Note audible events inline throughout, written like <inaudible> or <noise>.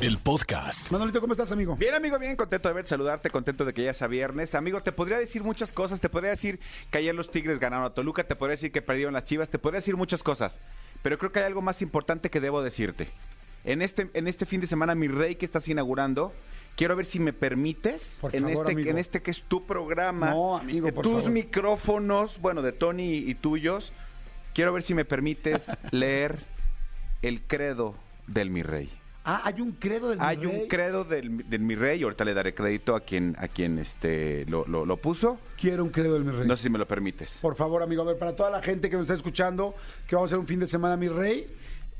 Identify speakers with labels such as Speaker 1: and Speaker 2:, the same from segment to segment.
Speaker 1: el podcast.
Speaker 2: Manolito, ¿cómo estás, amigo?
Speaker 3: Bien, amigo, bien contento de verte, saludarte, contento de que ya sea viernes. Amigo, te podría decir muchas cosas. Te podría decir que ayer los Tigres ganaron a Toluca, te podría decir que perdieron las Chivas, te podría decir muchas cosas. Pero creo que hay algo más importante que debo decirte. En este, en este fin de semana, mi rey que estás inaugurando, quiero ver si me permites,
Speaker 2: Por
Speaker 3: en,
Speaker 2: favor,
Speaker 3: este,
Speaker 2: amigo.
Speaker 3: en este que es tu programa,
Speaker 2: No, amigo,
Speaker 3: eh,
Speaker 2: por
Speaker 3: tus
Speaker 2: favor.
Speaker 3: micrófonos, bueno, de Tony y tuyos, quiero ver si
Speaker 2: <laughs>
Speaker 3: me permites leer el credo del mi rey.
Speaker 2: Ah, hay un credo del
Speaker 3: Hay
Speaker 2: Virrey.
Speaker 3: un credo del, del mi rey, ahorita le daré crédito a quien, a quien este, lo, lo- lo puso.
Speaker 2: Quiero un credo del mi rey.
Speaker 3: No sé si me lo permites.
Speaker 2: Por favor, amigo, a ver, para toda la gente que nos está escuchando, que vamos a hacer un fin de semana, mi rey,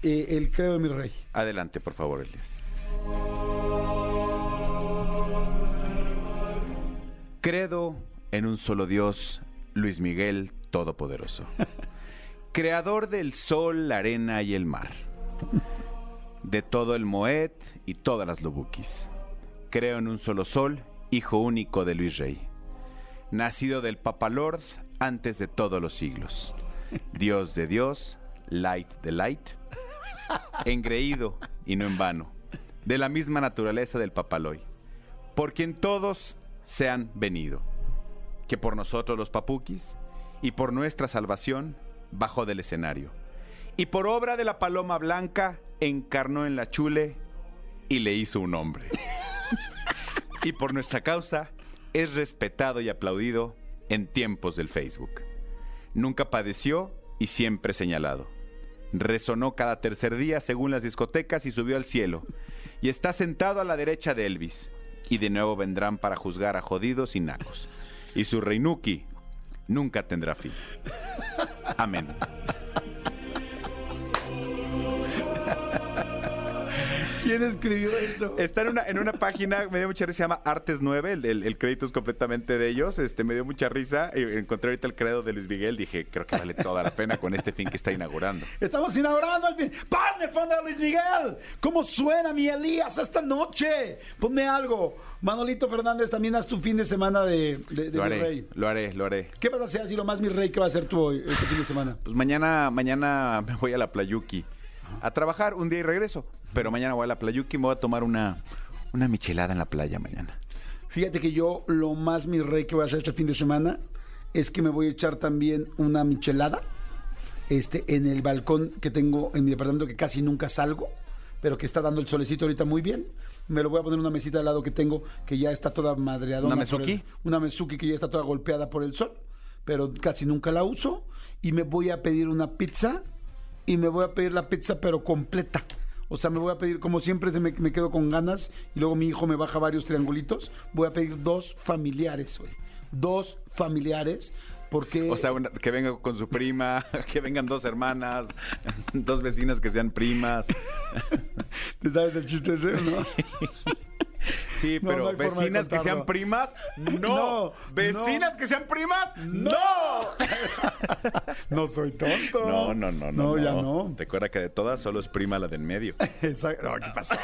Speaker 2: eh, el credo de mi rey.
Speaker 3: Adelante, por favor, Elías. Credo en un solo Dios, Luis Miguel Todopoderoso. Creador del sol, la arena y el mar. De todo el Moet y todas las Lubukis. Creo en un solo sol, hijo único de Luis Rey. Nacido del Papa Lord antes de todos los siglos. Dios de Dios, light de light, <laughs> engreído y no en vano, de la misma naturaleza del papaloy, por quien todos se han venido, que por nosotros los papuquis y por nuestra salvación bajó del escenario, y por obra de la paloma blanca encarnó en la chule y le hizo un hombre. Y por nuestra causa es respetado y aplaudido en tiempos del Facebook. Nunca padeció y siempre señalado. Resonó cada tercer día según las discotecas y subió al cielo. Y está sentado a la derecha de Elvis. Y de nuevo vendrán para juzgar a jodidos y nacos. Y su reinuki nunca tendrá fin. Amén.
Speaker 2: ¿Quién escribió eso?
Speaker 3: Está en una, en una página, me dio mucha risa, se llama Artes 9, el, el- el crédito es completamente de ellos. Este, me dio mucha risa. y Encontré ahorita el credo de Luis Miguel, dije, creo que vale toda la pena con este fin que está inaugurando.
Speaker 2: Estamos inaugurando el fin- pan de fondo de Luis Miguel. ¿Cómo suena mi Elías esta noche? Ponme algo. Manolito Fernández, también haz tu fin de semana de, de, de
Speaker 3: Lo
Speaker 2: mi
Speaker 3: haré,
Speaker 2: rey.
Speaker 3: lo haré, lo haré.
Speaker 2: ¿Qué vas a hacer así lo más mi rey que va a hacer tú hoy, este fin de semana?
Speaker 3: Pues mañana, mañana <laughs> me voy a la Playuki a trabajar un día y regreso. Pero mañana voy a la Playuki y me voy a tomar una, una michelada en la playa mañana.
Speaker 2: Fíjate que yo lo más mi rey que voy a hacer este fin de semana es que me voy a echar también una michelada este, en el balcón que tengo en mi departamento que casi nunca salgo, pero que está dando el solecito ahorita muy bien. Me lo voy a poner en una mesita al lado que tengo que ya está toda madreada.
Speaker 3: ¿Una mezuki?
Speaker 2: Una mezuki que ya está toda golpeada por el sol, pero casi nunca la uso. Y me voy a pedir una pizza y me voy a pedir la pizza pero completa. O sea, me voy a pedir, como siempre se me, me quedo con ganas y luego mi hijo me baja varios triangulitos, voy a pedir dos familiares, güey. Dos familiares, porque...
Speaker 3: O sea, una- que venga con su prima, <laughs> que vengan dos hermanas, <laughs> dos vecinas que sean primas.
Speaker 2: ¿Te sabes el chiste ese,
Speaker 3: <laughs>
Speaker 2: no?
Speaker 3: Sí,
Speaker 2: No,
Speaker 3: pero
Speaker 2: no hay forma de
Speaker 3: vecinas que sean
Speaker 2: contarlo.
Speaker 3: primas, no.
Speaker 2: No,
Speaker 3: vecinas
Speaker 2: no.
Speaker 3: que sean primas, no.
Speaker 2: No soy tonto.
Speaker 3: No, no, no, no.
Speaker 2: No, ya no.
Speaker 3: Recuerda que de todas solo es prima la
Speaker 2: <laughs>
Speaker 3: del medio.
Speaker 2: Esa- no, ¿qué pasó?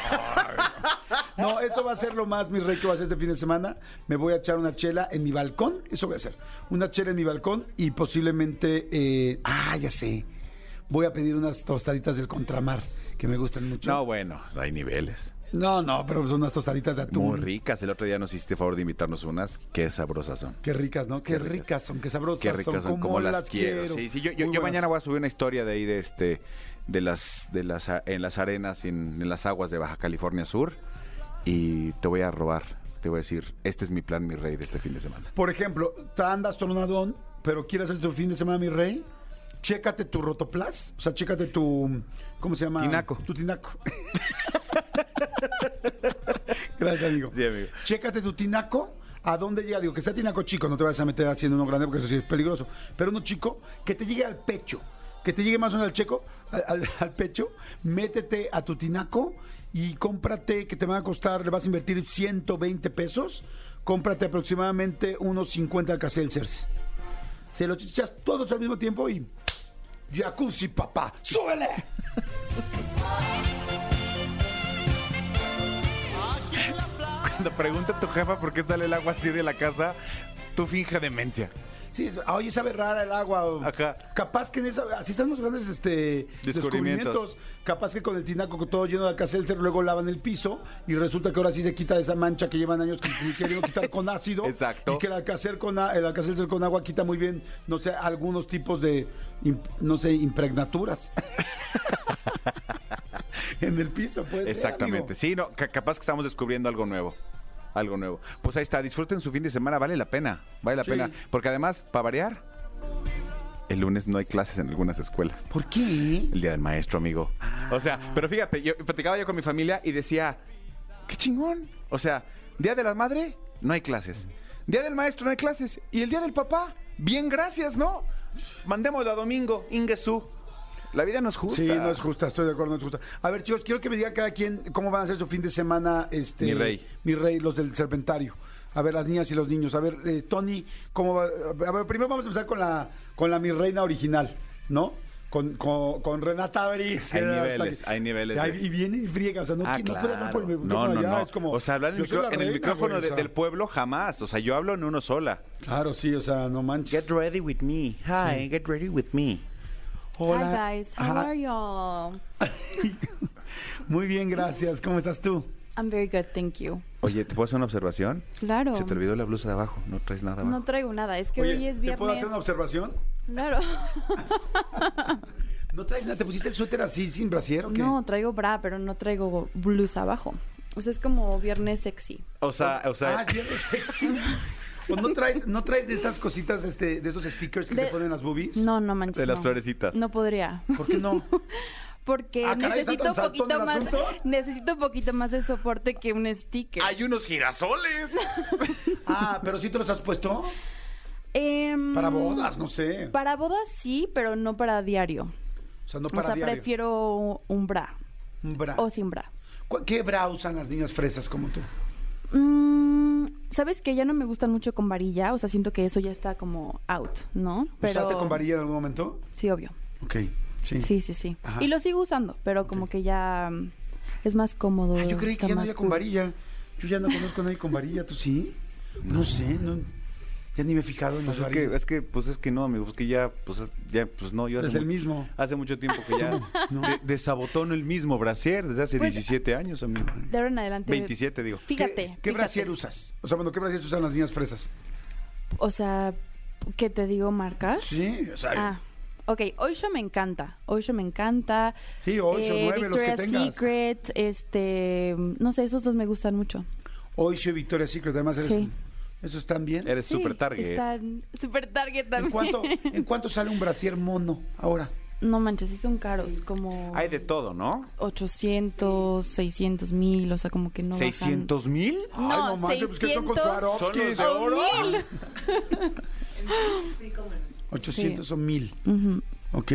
Speaker 2: No, eso va a ser lo más, mi rey, que va a hacer este fin de semana. Me voy a echar una chela en mi balcón. Eso voy a hacer. Una chela en mi balcón y posiblemente. eh, ah, ya sé. Voy a pedir unas tostaditas del contramar que me gustan mucho.
Speaker 3: No, bueno, hay niveles.
Speaker 2: no, no, pero son unas tostaditas de atún.
Speaker 3: Muy ricas. El otro día nos hiciste favor de invitarnos unas. Qué sabrosas son.
Speaker 2: Qué ricas, ¿no? Qué,
Speaker 3: Qué
Speaker 2: ricas.
Speaker 3: ricas.
Speaker 2: son, qué sabrosas
Speaker 3: Qué ricas son, como las, quiero. Sí, sí, yo, yo-
Speaker 2: Muy
Speaker 3: yo
Speaker 2: buenas.
Speaker 3: mañana voy a subir una historia de ahí de este de las de las a- en las arenas y en, en las aguas de Baja California Sur y te voy a robar, te voy a decir, este es mi plan, mi rey de este fin de semana.
Speaker 2: Por ejemplo, te andas tornadón, pero quieres hacer tu fin de semana, mi rey. Chécate tu rotoplas, o sea, chécate tu. ¿Cómo se llama?
Speaker 3: Tinaco.
Speaker 2: Tu tinaco. Gracias, amigo.
Speaker 3: Sí, amigo.
Speaker 2: Chécate tu tinaco. ¿A dónde llega? Digo, que sea tinaco chico, no te vayas a meter haciendo uno grande porque eso sí es peligroso. Pero uno chico que te llegue al pecho, que te llegue más o menos al checo, al, al- <laughs> al pecho, métete a tu tinaco y cómprate, que te van a costar, le vas a invertir 120 pesos, cómprate aproximadamente unos 50 Alka-Seltzers. Se los echas todos al mismo tiempo y... Jacuzzi, papá, súbele.
Speaker 4: Cuando pregunta tu jefa por qué sale el agua así de la casa, tú finge demencia.
Speaker 2: Sí, es- ah, oye, sabe rara el agua. o-
Speaker 4: Ajá.
Speaker 2: Capaz que en esa, así están los grandes este,
Speaker 4: Descubrimientos.
Speaker 2: descubrimientos. Capaz que con el tinaco con todo lleno de alcacelcer luego lavan el piso y resulta que ahora sí se quita esa mancha que llevan años que que querían
Speaker 3: <laughs>
Speaker 2: quitar con ácido.
Speaker 3: Exacto.
Speaker 2: Y que el alcacelcer con, a- el alcacelcer con agua quita muy bien, no sé, algunos tipos de, im- no sé,
Speaker 3: <laughs>
Speaker 2: impregnaturas. <laughs> en el piso, pues.
Speaker 3: Exactamente. Sí, no, ca- capaz que estamos descubriendo algo nuevo. Algo nuevo. Pues ahí está, disfruten su fin de semana, vale la pena. Vale la
Speaker 2: Sí.
Speaker 3: pena. Porque además, para variar, el lunes no hay clases en algunas escuelas.
Speaker 2: ¿Por qué? eh?
Speaker 3: El día del maestro, amigo.
Speaker 2: Ah.
Speaker 3: O sea, pero fíjate, yo platicaba yo con mi familia y decía, qué chingón. O sea, día de la madre, no hay clases. Día del maestro, no hay clases. Y el día del papá, bien, gracias, ¿no? Mandémoslo a domingo, Ingesú. La vida no es justa.
Speaker 2: Sí, no es justa, estoy de acuerdo, no es justa. A ver, chicos, quiero que me digan cada quien cómo van a ser su fin de semana, este,
Speaker 3: Mi rey.
Speaker 2: mi rey, los del serpentario. A ver, las niñas y los niños. A ver, eh, Tony, cómo va. A ver, primero vamos a empezar con la, con la mi reina original, ¿no? Con, con, con Renata Briz.
Speaker 3: Hay
Speaker 2: que era hasta
Speaker 3: niveles,
Speaker 2: que-
Speaker 3: hay niveles,
Speaker 2: Ay,
Speaker 3: sí.
Speaker 2: Y viene y friega, o sea, no,
Speaker 3: Ah,
Speaker 2: que- no puede hablar por el
Speaker 3: claro.
Speaker 2: micrófono
Speaker 3: No, no,
Speaker 2: allá,
Speaker 3: no.
Speaker 2: es como,
Speaker 3: o sea, hablar en,
Speaker 2: yo soy
Speaker 3: micro-
Speaker 2: la
Speaker 3: en el
Speaker 2: reina,
Speaker 3: micrófono
Speaker 2: güey,
Speaker 3: de-
Speaker 2: o sea.
Speaker 3: del pueblo jamás. O sea, yo hablo en uno sola.
Speaker 2: Claro, sí, o sea, no manches.
Speaker 3: ready with me. Hi, get ready with me.
Speaker 2: Hola.
Speaker 5: Hi guys, how
Speaker 2: Ajá.
Speaker 5: are y'all?
Speaker 2: Muy bien, gracias. ¿Cómo estás tú?
Speaker 5: I'm very good, thank you.
Speaker 3: Oye, ¿te puedo hacer una observación?
Speaker 5: Claro.
Speaker 3: Se te olvidó la blusa de abajo. No traes nada abajo.
Speaker 5: No traigo nada, es que hoy es
Speaker 2: ¿te
Speaker 5: viernes.
Speaker 2: puedo hacer una observación? <laughs>
Speaker 5: Claro.
Speaker 2: ¿No traes nada? ¿Te pusiste el suéter así, sin brasier o qué?
Speaker 5: No, traigo bra, pero no traigo blusa abajo. O sea, es como viernes sexy.
Speaker 3: O sea, o sea.
Speaker 2: Ah, es bien de
Speaker 5: <laughs>
Speaker 2: sexy. ¿O no traes, no traes de estas cositas, este, de esos stickers que
Speaker 5: De-
Speaker 2: se ponen en las boobies?
Speaker 5: No, no manches.
Speaker 3: De las
Speaker 5: no.
Speaker 3: florecitas.
Speaker 5: No podría. <laughs>
Speaker 2: ¿Por qué no?
Speaker 5: Porque
Speaker 2: Ah, caray, ¿está
Speaker 5: necesito
Speaker 2: tan saltón
Speaker 5: poquito
Speaker 2: el
Speaker 5: más.
Speaker 2: asunto?
Speaker 5: Necesito poquito más de soporte que un sticker.
Speaker 4: <laughs> Hay unos girasoles.
Speaker 2: Ah, pero sí te los has puesto
Speaker 5: Em,
Speaker 2: para bodas, no sé.
Speaker 5: Para bodas sí, pero no para diario.
Speaker 2: O sea, no para
Speaker 5: o sea,
Speaker 2: diario.
Speaker 5: prefiero un bra
Speaker 2: Un bra.
Speaker 5: o sin bra.
Speaker 2: ¿Cu- ¿Qué bra usan las niñas fresas como tú?
Speaker 5: Mm, Sabes que ya no me gustan mucho con varilla, o sea, siento que eso ya está como out, ¿no?
Speaker 2: ¿Usaste con varilla en algún momento?
Speaker 5: Sí, obvio.
Speaker 2: Ok, sí.
Speaker 5: Sí, sí, sí.
Speaker 2: Ajá.
Speaker 5: Y lo sigo usando, pero como que ya mm, es más cómodo.
Speaker 2: Ah, yo creí
Speaker 5: está
Speaker 2: que ya no
Speaker 5: más
Speaker 2: había con
Speaker 5: cool.
Speaker 2: varilla. Yo ya no conozco a nadie con varilla, ¿tú sí? No sé, no, ya ni me he fijado en las
Speaker 3: Pues es que,
Speaker 2: varillas.
Speaker 3: es que, pues es que no, amigo, pues que ya, pues es- ya, pues no, yo hace,
Speaker 2: Desde el
Speaker 3: mu-
Speaker 2: mismo.
Speaker 3: hace mucho tiempo que ya de- desabotono el mismo brasier, desde hace
Speaker 5: Pues-
Speaker 3: 17 años, amigo.
Speaker 5: De ahora en adelante.
Speaker 3: 27, digo.
Speaker 2: ¿Qué-
Speaker 5: Fíjate.
Speaker 2: ¿Qué,
Speaker 5: fíjate.
Speaker 2: brasier usas? O sea, bueno, ¿qué brasier usan las niñas fresas?
Speaker 5: O sea, ¿qué te digo, marcas?
Speaker 2: Sí, o sea,
Speaker 5: Ah. Ok, Oysho me encanta. Oysho me encanta. Eh,
Speaker 2: Sí, Oysho, nueve, los que
Speaker 5: Victoria's
Speaker 2: tengas.
Speaker 5: Secret, este. No sé, esos dos me gustan mucho.
Speaker 2: Hoy soy Victoria Secret, además eres.
Speaker 5: Sí.
Speaker 2: ¿Esos están bien?
Speaker 3: Eres
Speaker 5: Sí,
Speaker 3: super target.
Speaker 5: Están super target también.
Speaker 2: ¿En cuánto, ¿En cuánto sale un brasier mono ahora?
Speaker 5: No manches, sí son caros, como...
Speaker 3: Hay de todo, ¿no?
Speaker 5: 800, 600 mil, o sea, como que no bajan.
Speaker 3: ¿600 mil?
Speaker 5: No,
Speaker 2: pues que son con
Speaker 5: 600
Speaker 2: Swarovski.
Speaker 3: son
Speaker 5: ¡Oh, mil!
Speaker 2: 800
Speaker 5: Sí.
Speaker 2: o 1000.
Speaker 5: Ujú.
Speaker 2: Ok,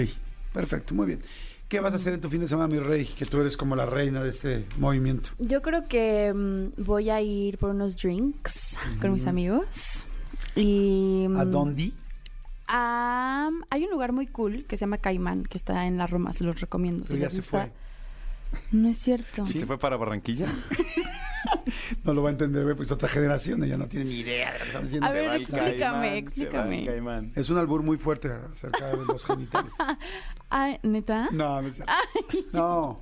Speaker 2: perfecto, muy bien. ¿Qué vas a hacer en tu fin de semana, mi rey? Que tú eres como la reina de este movimiento.
Speaker 5: Yo creo que mm, voy a ir por unos drinks con mis amigos. Y, mm,
Speaker 2: ¿A dónde?
Speaker 5: a- hay un lugar muy cool que se llama Caimán, que está en la Roma, se los recomiendo. si
Speaker 2: Pero ya
Speaker 5: les
Speaker 2: se
Speaker 5: gusta.
Speaker 2: fue.
Speaker 5: No es cierto.
Speaker 3: ¿Y se fue para Barranquilla?
Speaker 2: No lo va a entender, güey, pues otra generación, ella no tiene ni idea de lo que estamos diciendo.
Speaker 5: A ver,
Speaker 3: Se va el
Speaker 5: explícame,
Speaker 3: Caimán,
Speaker 5: explícame.
Speaker 3: se va
Speaker 2: <laughs>
Speaker 3: el Caimán.
Speaker 2: Es un albur muy fuerte acerca de los genitales.
Speaker 5: Ay, Ah, ¿neta?
Speaker 2: No, no es cierto. No,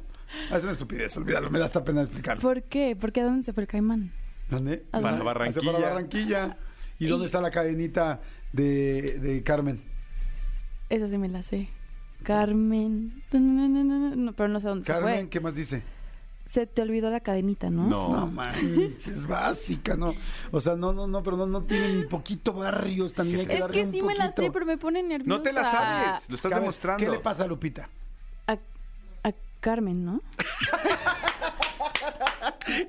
Speaker 2: es una estupidez, olvídalo, me da hasta pena explicarlo.
Speaker 5: ¿Por qué? ¿Por qué a dónde se fue el Caimán?
Speaker 2: ¿Dónde?
Speaker 5: Para
Speaker 2: Ajá,
Speaker 3: Barranquilla.
Speaker 2: hacia Para Barranquilla. ¿Y dónde está la cadenita de, de Carmen?
Speaker 5: Esa sí me la sé. Carmen. No, no, no, no, no, pero no sé dónde
Speaker 2: Carmen,
Speaker 5: se fue.
Speaker 2: ¿qué más dice?
Speaker 5: Se te olvidó la cadenita, ¿no?
Speaker 2: No
Speaker 3: No.
Speaker 2: manches, es básica, no. O sea, no, no, no, pero no, no tiene ni poquito barrio esta niña. hay
Speaker 5: Es
Speaker 2: darle
Speaker 5: que
Speaker 2: un
Speaker 5: sí me la
Speaker 2: poquito.
Speaker 5: sé, pero me pone nerviosa.
Speaker 3: No te la sabes, lo estás
Speaker 2: A ver,
Speaker 3: demostrando.
Speaker 2: ¿Qué le pasa a Lupita?
Speaker 5: A, a Carmen, ¿no?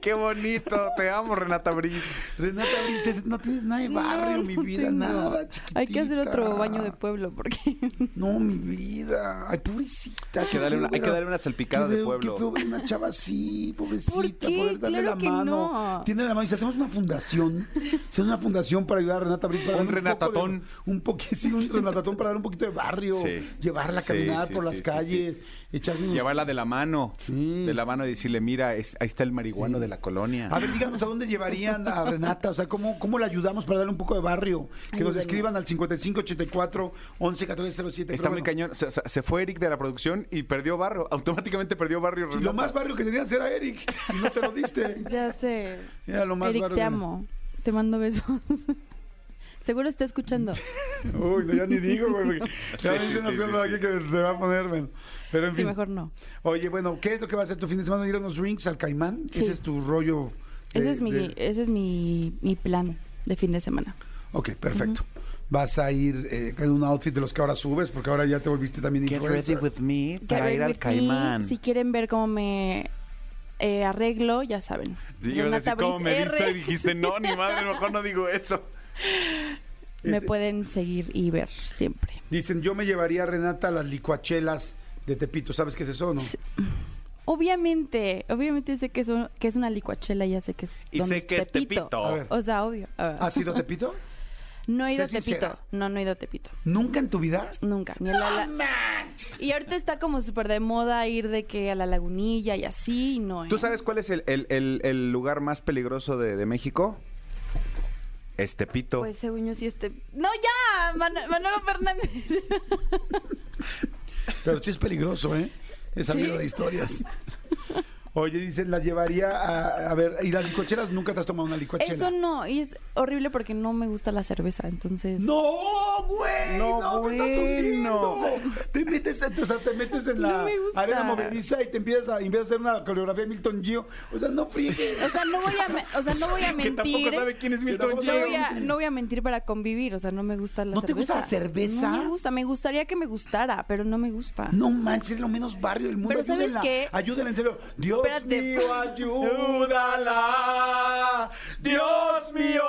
Speaker 4: Qué bonito. Te amo, Renata Briz.
Speaker 2: Renata, ¿viste? Pues, no tienes nada de barrio,
Speaker 5: No,
Speaker 2: mi
Speaker 5: no
Speaker 2: vida,
Speaker 5: tengo.
Speaker 2: nada.
Speaker 5: Hay que hacer otro
Speaker 2: chiquitita.
Speaker 5: baño de pueblo porque <laughs>
Speaker 2: No, mi vida. Ay, pobrecita.
Speaker 3: Hay que
Speaker 2: qué
Speaker 3: darle una-
Speaker 2: feo
Speaker 3: hay que
Speaker 2: ver a-
Speaker 3: darle una salpicada
Speaker 2: qué
Speaker 3: de
Speaker 2: feo-
Speaker 3: pueblo.
Speaker 2: Qué feo ver una chava así, pobrecita,
Speaker 5: qué?
Speaker 2: poder darle
Speaker 5: Claro
Speaker 2: la
Speaker 5: que
Speaker 2: mano.
Speaker 5: no.
Speaker 2: Tiene la mano. Y si hacemos una fundación, si hacemos una fundación para ayudar a Renata Briz, para
Speaker 3: Un
Speaker 2: darle poco de-
Speaker 3: renatatón.
Speaker 2: un poquito, sí, un renatatón para dar un poquito de barrio.
Speaker 3: Sí.
Speaker 2: Llevarla a
Speaker 3: Sí,
Speaker 2: caminar
Speaker 3: sí,
Speaker 2: por
Speaker 3: sí,
Speaker 2: las
Speaker 3: sí, sí.
Speaker 2: calles, echarle unos-
Speaker 3: Llevarla de la mano.
Speaker 2: Sí.
Speaker 3: De la mano y decirle, mira, es- ahí está el marihuano de la colonia.
Speaker 2: A ver, díganos a dónde llevarían a Renata, o sea, cómo, cómo la ayudamos para darle un poco de barrio. Que nos escriban al 5584 111407.
Speaker 3: Está muy cañón. O sea, se, fue Eric de la producción y perdió barro. Automáticamente perdió barrio.
Speaker 2: lo
Speaker 3: Renata.
Speaker 2: más barrio que tenías era Eric, y no te lo
Speaker 5: <laughs>
Speaker 2: diste.
Speaker 5: ya sé.
Speaker 2: Era lo más
Speaker 5: Eric,
Speaker 2: barrio
Speaker 5: te
Speaker 2: que-
Speaker 5: amo. Te mando besos. <laughs> Seguro está escuchando.
Speaker 2: Uy, no, ya ni digo, güey.
Speaker 3: <laughs>
Speaker 2: porque Ya me
Speaker 3: Sí, sí,
Speaker 2: dicen
Speaker 3: sí,
Speaker 2: haciendo
Speaker 3: sí,
Speaker 2: aquí que se va a poner, bueno. Pero en
Speaker 5: Sí,
Speaker 2: fin.
Speaker 5: mejor no.
Speaker 2: Oye, bueno, ¿qué es lo que va a hacer tu fin de semana? ¿Ir a unos rings al Caimán?
Speaker 5: Sí.
Speaker 2: Ese es tu rollo. de-
Speaker 5: Ese es mi, eh,
Speaker 2: de-
Speaker 5: ese es mi, mi plan de fin de semana.
Speaker 2: Ok, perfecto. Vas a ir eh, con un outfit de los que ahora subes, porque ahora ya te volviste también
Speaker 3: Get ready
Speaker 2: influencer.
Speaker 3: with me
Speaker 5: Get
Speaker 3: para
Speaker 5: ready
Speaker 3: ir al
Speaker 5: with me.
Speaker 3: Caimán.
Speaker 5: Si quieren ver cómo me eh, arreglo, ya saben.
Speaker 4: Sí, ibas a
Speaker 5: Renata
Speaker 4: decir cómo
Speaker 5: Briz
Speaker 4: me
Speaker 5: R.
Speaker 4: visto y dijiste, no, ni madre, mejor no digo eso.
Speaker 5: Me
Speaker 4: Este,
Speaker 5: pueden seguir y ver siempre.
Speaker 2: Dicen, yo me llevaría a Renata a las licuachelas de Tepito. ¿Sabes qué es eso o no?
Speaker 5: Sí. Obviamente, obviamente sé que es, un- que es una licuachela, ya sé que es
Speaker 4: Y
Speaker 5: donde
Speaker 4: sé que es Tepito.
Speaker 2: A ver.
Speaker 5: O sea, obvio. A ver.
Speaker 2: ¿Has ido a
Speaker 5: <laughs>
Speaker 2: Tepito?
Speaker 5: No he ido a
Speaker 2: Ah, sé
Speaker 5: Tepito.
Speaker 2: sincera.
Speaker 5: No, no he ido a Tepito.
Speaker 2: ¿Nunca en tu vida?
Speaker 5: Nunca. Ni a la- Y ahorita está como súper de moda ir de que a la lagunilla y así, y no.
Speaker 3: ¿Tú
Speaker 5: ¿eh?
Speaker 3: sabes cuál es el, el- el- el lugar más peligroso de, de México? Estepito.
Speaker 5: Pues según yo sí este... ¡No, ya! Man- Manolo Fernández.
Speaker 2: Pero sí es peligroso, ¿eh? He sabido de historias. Oye, dicen, la llevaría a... A ver, ¿y las licuachelas? ¿Nunca te has tomado una licuachela?
Speaker 5: Eso no, y es horrible porque no me gusta la cerveza, entonces...
Speaker 2: ¡No, güey! ¡No,
Speaker 3: No,
Speaker 2: me estás
Speaker 3: bueno.
Speaker 2: hundiendo! Te metes, en- o sea, te metes en la
Speaker 5: No me gusta.
Speaker 2: arena movediza y te empiezas a, empiezas a hacer una coreografía de Milton Gio. O sea, no friegues.
Speaker 5: O sea, no voy a, me- o sea, no
Speaker 2: <laughs>
Speaker 5: voy a
Speaker 4: Que tampoco
Speaker 5: mentir.
Speaker 4: sabe quién es Milton
Speaker 2: tampoco
Speaker 5: No
Speaker 4: Geo.
Speaker 5: voy, a, no voy a mentir para convivir, o sea, no me gusta la
Speaker 2: ¿No
Speaker 5: cerveza.
Speaker 2: te gusta la cerveza?
Speaker 5: No me gusta, me gustaría que me gustara, pero no me gusta.
Speaker 2: No manches, es lo menos barrio del mundo.
Speaker 5: Pero ¿sabes
Speaker 2: Ayúdenla,
Speaker 5: qué?
Speaker 2: Ayúdenla, en serio. Dios
Speaker 5: Espérate.
Speaker 2: mío, ayúdala. Dios mío,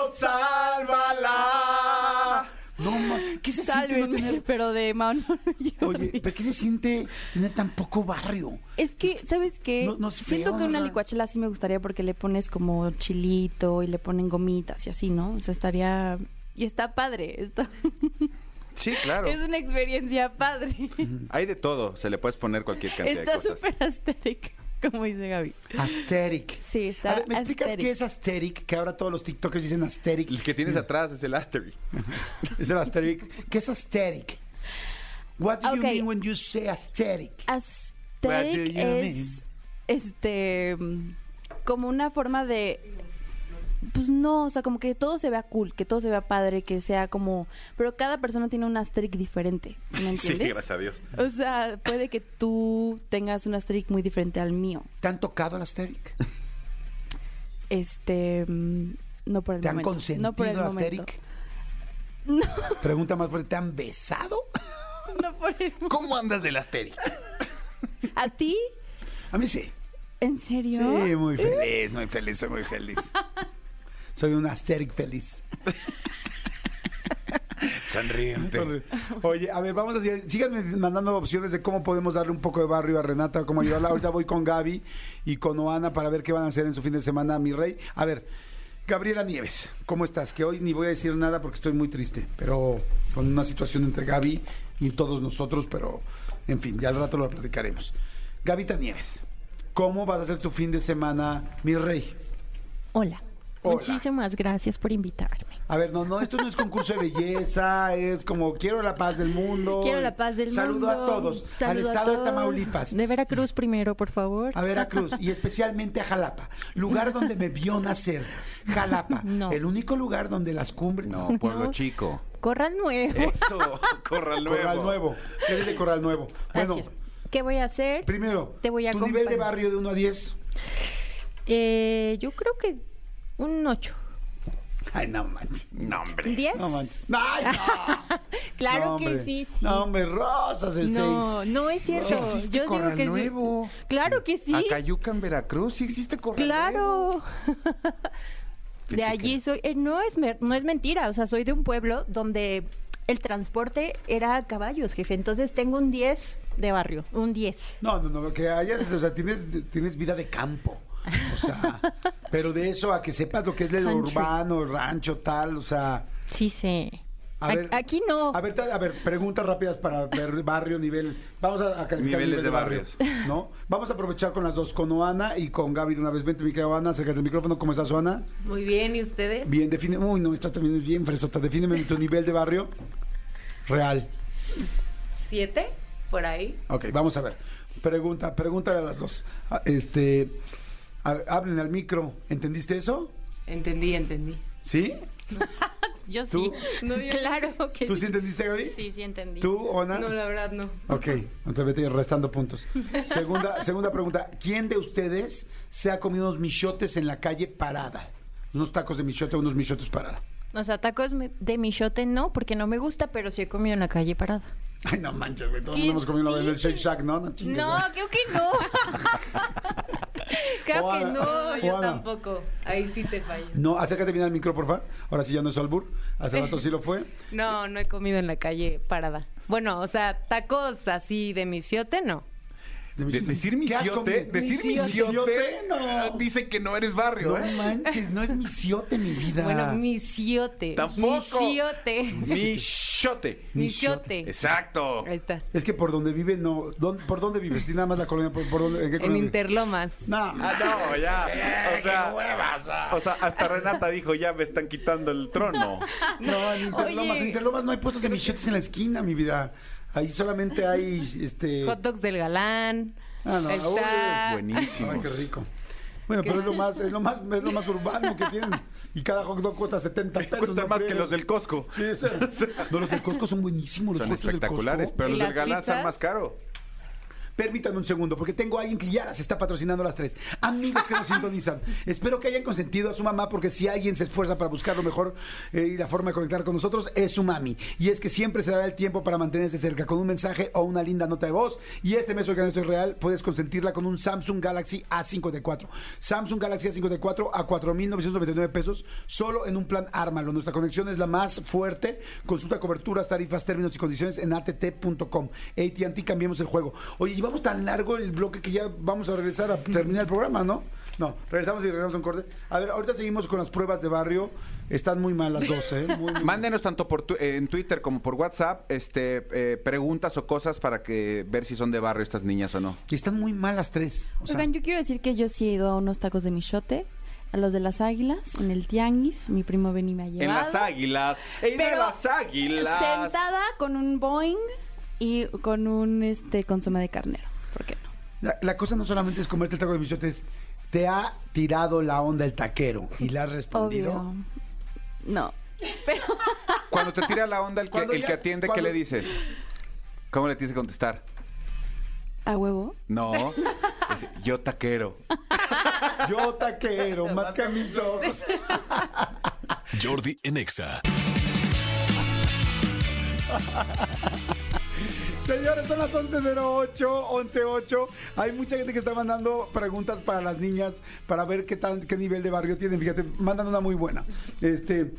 Speaker 2: sálvala. No manches, ¿qué se siente
Speaker 5: Sálvenme,
Speaker 2: no tener...
Speaker 5: pero de mano <laughs>
Speaker 2: Oye, ¿pero qué se siente tener tan poco barrio?
Speaker 5: Es que, ¿sabes qué?
Speaker 2: No- no es
Speaker 5: Siento
Speaker 2: feo,
Speaker 5: que una
Speaker 2: ajá.
Speaker 5: licuachela sí me gustaría porque le pones como chilito y le ponen gomitas y así, ¿no? O sea, estaría... Y está padre, está...
Speaker 3: Sí, claro.
Speaker 5: <laughs> es una experiencia padre.
Speaker 3: Hay de todo. Se le puedes poner cualquier cantidad
Speaker 5: Está
Speaker 3: de cosas.
Speaker 5: súper astérica, como dice Gaby.
Speaker 2: Asteric.
Speaker 5: Sí, está
Speaker 2: A ver, ¿me explicas
Speaker 5: asteric.
Speaker 2: qué es Asteric? Que ahora todos los TikTokers dicen Asteric. <laughs>
Speaker 3: El que tienes atrás es el asterisk.
Speaker 2: Es el Asteric. ¿Qué es Asteric? What do
Speaker 5: Ok. Ah.
Speaker 2: you mean when you say Asteric?
Speaker 5: Aesthetic
Speaker 2: What do you
Speaker 5: es este mm, como una forma de pues no, o sea, como que todo se vea cool, que todo se vea padre, que sea como pero cada persona tiene un asterisk diferente,
Speaker 2: <laughs>
Speaker 5: ¿sí ¿me
Speaker 3: Sí,
Speaker 5: entiendes?
Speaker 3: gracias a Dios.
Speaker 5: O sea, puede que tú tengas un asterisk muy diferente al mío.
Speaker 2: ¿Te han tocado el Asteric?
Speaker 5: Este mm, no por el
Speaker 2: ¿Te han
Speaker 5: momento.
Speaker 2: consentido
Speaker 5: no por el momento.
Speaker 2: Asteric? Pregunta más fuerte, ¿te han besado?
Speaker 5: No por el momento.
Speaker 4: ¿Cómo andas del Asterix?
Speaker 5: ¿A ti?
Speaker 2: A mí sí.
Speaker 5: ¿En serio?
Speaker 2: Sí,
Speaker 5: ¿Eh?
Speaker 2: muy feliz, muy feliz, soy muy
Speaker 5: <laughs>
Speaker 2: feliz. Soy un Asteric feliz.
Speaker 4: Sonriente.
Speaker 2: Oye, a ver, vamos a seguir. Síganme mandando opciones de cómo podemos darle un poco de barrio a Renata, cómo ayudarla. Ahorita voy con Gaby y con Oana para ver qué van a hacer en su fin de semana, mi rey. A ver, Gabriela Nieves, ¿cómo estás? Que hoy ni voy a decir nada porque estoy muy triste, pero con una situación entre Gaby y todos nosotros, pero en fin, ya al rato lo platicaremos. Gavita Nieves, ¿cómo vas a hacer tu fin de semana, mi rey?
Speaker 6: Hola.
Speaker 2: Hola.
Speaker 6: Muchísimas gracias por invitarme.
Speaker 2: A ver, no, no, esto no es concurso de belleza, es como quiero la paz del mundo.
Speaker 6: Quiero la paz del mundo.
Speaker 2: Saludo a todos, al
Speaker 6: Saludo a
Speaker 2: estado de
Speaker 6: todos.
Speaker 2: Tamaulipas,
Speaker 6: De Veracruz primero, por favor.
Speaker 2: a Veracruz y especialmente a Jalapa, lugar donde me vio nacer. Jalapa,
Speaker 6: <laughs> No.
Speaker 2: el único lugar donde las cumbres. <laughs>
Speaker 3: No, pueblo chico.
Speaker 6: Corran nuevo.
Speaker 2: Eh,
Speaker 3: Eso, corral nuevo.
Speaker 2: Corral Nuevo. Eres de Corral Nuevo. Bueno,
Speaker 6: Así es. ¿Qué voy a hacer?
Speaker 2: primero,
Speaker 6: Te voy a
Speaker 2: tu nivel de
Speaker 6: acompañar.
Speaker 2: barrio de 1 a 10.
Speaker 6: Eh, yo creo que un 8.
Speaker 2: Ay, no manches.
Speaker 4: No, hombre.
Speaker 6: ¿Diez?
Speaker 2: No manches. Ay, no.
Speaker 6: <laughs> Claro
Speaker 2: No,
Speaker 6: que
Speaker 2: hombre.
Speaker 6: sí, sí.
Speaker 2: No, hombre, rosas el 6.
Speaker 6: no, no es cierto.
Speaker 4: Sí existe
Speaker 6: Yo digo que
Speaker 4: Corranuevo.
Speaker 6: sí. Claro que sí.
Speaker 4: Acayucan, Veracruz, sí existe Corranuevo.
Speaker 2: <laughs>
Speaker 6: Claro. De
Speaker 4: Pensé
Speaker 6: allí
Speaker 4: que-
Speaker 6: soy. eh, no, es mer- no es mentira. O sea, soy de un pueblo donde el transporte era a caballos, jefe. Entonces tengo un 10 de barrio. Un 10.
Speaker 2: No, no, no, que hayas, o sea, tienes, tienes vida de campo. O
Speaker 6: <laughs>
Speaker 2: sea, pero de eso a que sepas lo que es el
Speaker 6: Country.
Speaker 2: urbano, rancho, tal, o sea.
Speaker 6: Sí, sí.
Speaker 2: A ver,
Speaker 6: Aquí no.
Speaker 2: A ver, ta- a ver, preguntas rápidas para ver barrio, nivel. Vamos a, a calificar
Speaker 3: Niveles
Speaker 2: nivel
Speaker 3: de barrios. <laughs>
Speaker 2: barrio, ¿No? Vamos a aprovechar con las dos, con Oana y con Gaby de una vez. Vente, mi querida Oana, acércate al micrófono. ¿Cómo estás, Oana?
Speaker 7: Muy bien, ¿y ustedes?
Speaker 2: Bien, define. Uy, no, está también es bien fresota. Defíneme tu nivel de barrio real.
Speaker 7: ¿Siete? Por ahí.
Speaker 2: Ok, vamos a ver. Pregunta, pregúntale a las dos. Ah, Este, a- hablen al micro. ¿Entendiste eso?
Speaker 7: Entendí, entendí.
Speaker 2: ¿Sí?
Speaker 6: Yo
Speaker 2: ¿Tú?
Speaker 7: No, yo-
Speaker 6: claro que
Speaker 2: ¿Tú
Speaker 6: sí.
Speaker 2: sí entendiste, Gaby?
Speaker 6: Sí, sí, entendí.
Speaker 2: ¿Tú, Ona?
Speaker 7: No, la verdad no.
Speaker 2: Ok, entonces vete restando puntos. Segunda,
Speaker 6: <laughs>
Speaker 2: segunda pregunta. ¿Quién de ustedes se ha comido unos michotes en la calle parada? Unos tacos de michote, unos michotes parada.
Speaker 6: O sea, tacos me- de michote no, porque no me gusta, pero sí he comido en la calle parada.
Speaker 2: Ay, no manches, güey. Todos
Speaker 6: ¿Qué
Speaker 2: nos hemos comido una vez en el
Speaker 6: dices?
Speaker 2: Shake Shack, ¿no? No, chingues,
Speaker 6: No,
Speaker 2: güey.
Speaker 6: creo que no. creo que
Speaker 2: Oana.
Speaker 7: No,
Speaker 6: no.
Speaker 7: yo
Speaker 2: Juana.
Speaker 7: tampoco. Ahí sí te fallo.
Speaker 2: No, acércate bien al micro, por favor. Ahora sí ya no es albur.
Speaker 6: <laughs>
Speaker 2: Hace rato sí lo fue.
Speaker 7: No, no he comido en la calle parada. Bueno, o sea, tacos así de misiote, no.
Speaker 2: De
Speaker 4: De-
Speaker 2: michote.
Speaker 4: decir
Speaker 2: ¿Qué has
Speaker 4: misiote,
Speaker 2: comido?
Speaker 4: decir
Speaker 2: Misiote,
Speaker 4: misiote,
Speaker 2: no.
Speaker 4: dice que no eres barrio,
Speaker 2: No
Speaker 4: ¿eh?
Speaker 2: manches, no es misiote mi vida.
Speaker 7: Bueno, misiote.
Speaker 4: Tampoco.
Speaker 7: Misiote.
Speaker 4: Michote.
Speaker 7: Misiote.
Speaker 4: Exacto.
Speaker 7: Ahí está.
Speaker 2: Es que por donde vive, no. ¿Dónde- ¿Por dónde vives? Sí, nada más la colonia. ¿Por, por dónde? ¿En qué
Speaker 7: En
Speaker 2: colonia?
Speaker 7: Interlomas.
Speaker 2: No,
Speaker 3: <laughs>
Speaker 4: Ah, no, ya. O sea, o sea, hasta Renata dijo, ya me están quitando el
Speaker 2: <laughs>
Speaker 4: trono.
Speaker 2: No, en Interlomas,
Speaker 7: Oye.
Speaker 2: en Interlomas no hay puestos de michotes en la esquina, mi vida. Ahí solamente hay este.
Speaker 7: Hot dogs del galán.
Speaker 2: Ah, no,
Speaker 7: Ahí
Speaker 2: uy,
Speaker 7: está.
Speaker 4: Buenísimo.
Speaker 2: Ay, qué rico. Bueno, pero es lo más, es lo más, es lo más urbano que tienen. Y cada hot dog cuesta 70 pesos.
Speaker 4: <laughs> Cuesta
Speaker 2: ¿no
Speaker 4: más que
Speaker 2: crees?
Speaker 4: los del Costco. <laughs>
Speaker 2: Sí, eso. No, los del Costco son buenísimos, los
Speaker 4: Son
Speaker 2: puestos del Costco.
Speaker 4: espectaculares, pero
Speaker 7: ¿Y
Speaker 4: los del
Speaker 7: las
Speaker 4: galán están
Speaker 7: pizzas?
Speaker 4: más caro.
Speaker 2: Permítanme un segundo, porque tengo a alguien que ya las está patrocinando las tres. Amigos que nos <laughs> sintonizan. Espero que hayan consentido a su mamá, porque si alguien se esfuerza para buscar lo mejor eh, y la forma de conectar con nosotros, es su mami. Y es que siempre se dará el tiempo para mantenerse cerca con un mensaje o una linda nota de voz. Y este mes, oigan, esto es real, puedes consentirla con un Samsung Galaxy A54. Samsung Galaxy A54 a 4,999 pesos, solo en un plan Ármalo. Nuestra conexión es la más fuerte. Consulta coberturas, tarifas, términos y condiciones en att.com. ATT, cambiamos el juego. Oye, llevamos tan largo el bloque que ya vamos a regresar a terminar el programa, ¿no? No, regresamos y regresamos a un corte. A ver, ahorita seguimos con las pruebas de barrio. Están muy mal las dos, ¿eh? Muy, muy-
Speaker 3: Mándenos tanto por tu- eh, en Twitter como por WhatsApp este, eh, preguntas o cosas para que ver si son de barrio estas niñas o no.
Speaker 2: Están muy mal las tres. O sea,
Speaker 5: Oigan, yo quiero decir que yo sí he ido a unos tacos de michote, a los de las águilas, en el tianguis. Mi primo Benny me ha llevado.
Speaker 3: En las águilas. ¡Ey, de
Speaker 5: Pero
Speaker 3: las águilas!
Speaker 5: Sentada con un Boeing y con un este consomé de carnero. ¿Por qué no?
Speaker 2: la, la cosa no solamente es comerte el taco de bichote, es te ha tirado la onda el taquero y le has respondido.
Speaker 5: Obvio. No. Pero
Speaker 3: Cuando te tira la onda el que,
Speaker 2: Cuando
Speaker 3: el
Speaker 2: ya-
Speaker 3: que atiende,
Speaker 2: cuando-
Speaker 3: ¿qué le dices? ¿Cómo le tienes que contestar?
Speaker 5: a huevo.
Speaker 3: No, es, yo taquero.
Speaker 2: Yo taquero, más que a mis ojos.
Speaker 1: Jordi en Exa.
Speaker 2: Señores, son las 11.08, 11.08. Hay mucha gente que está mandando preguntas para las niñas para ver qué, tan, qué nivel de barrio tienen. Fíjate, mandan una muy buena. Este.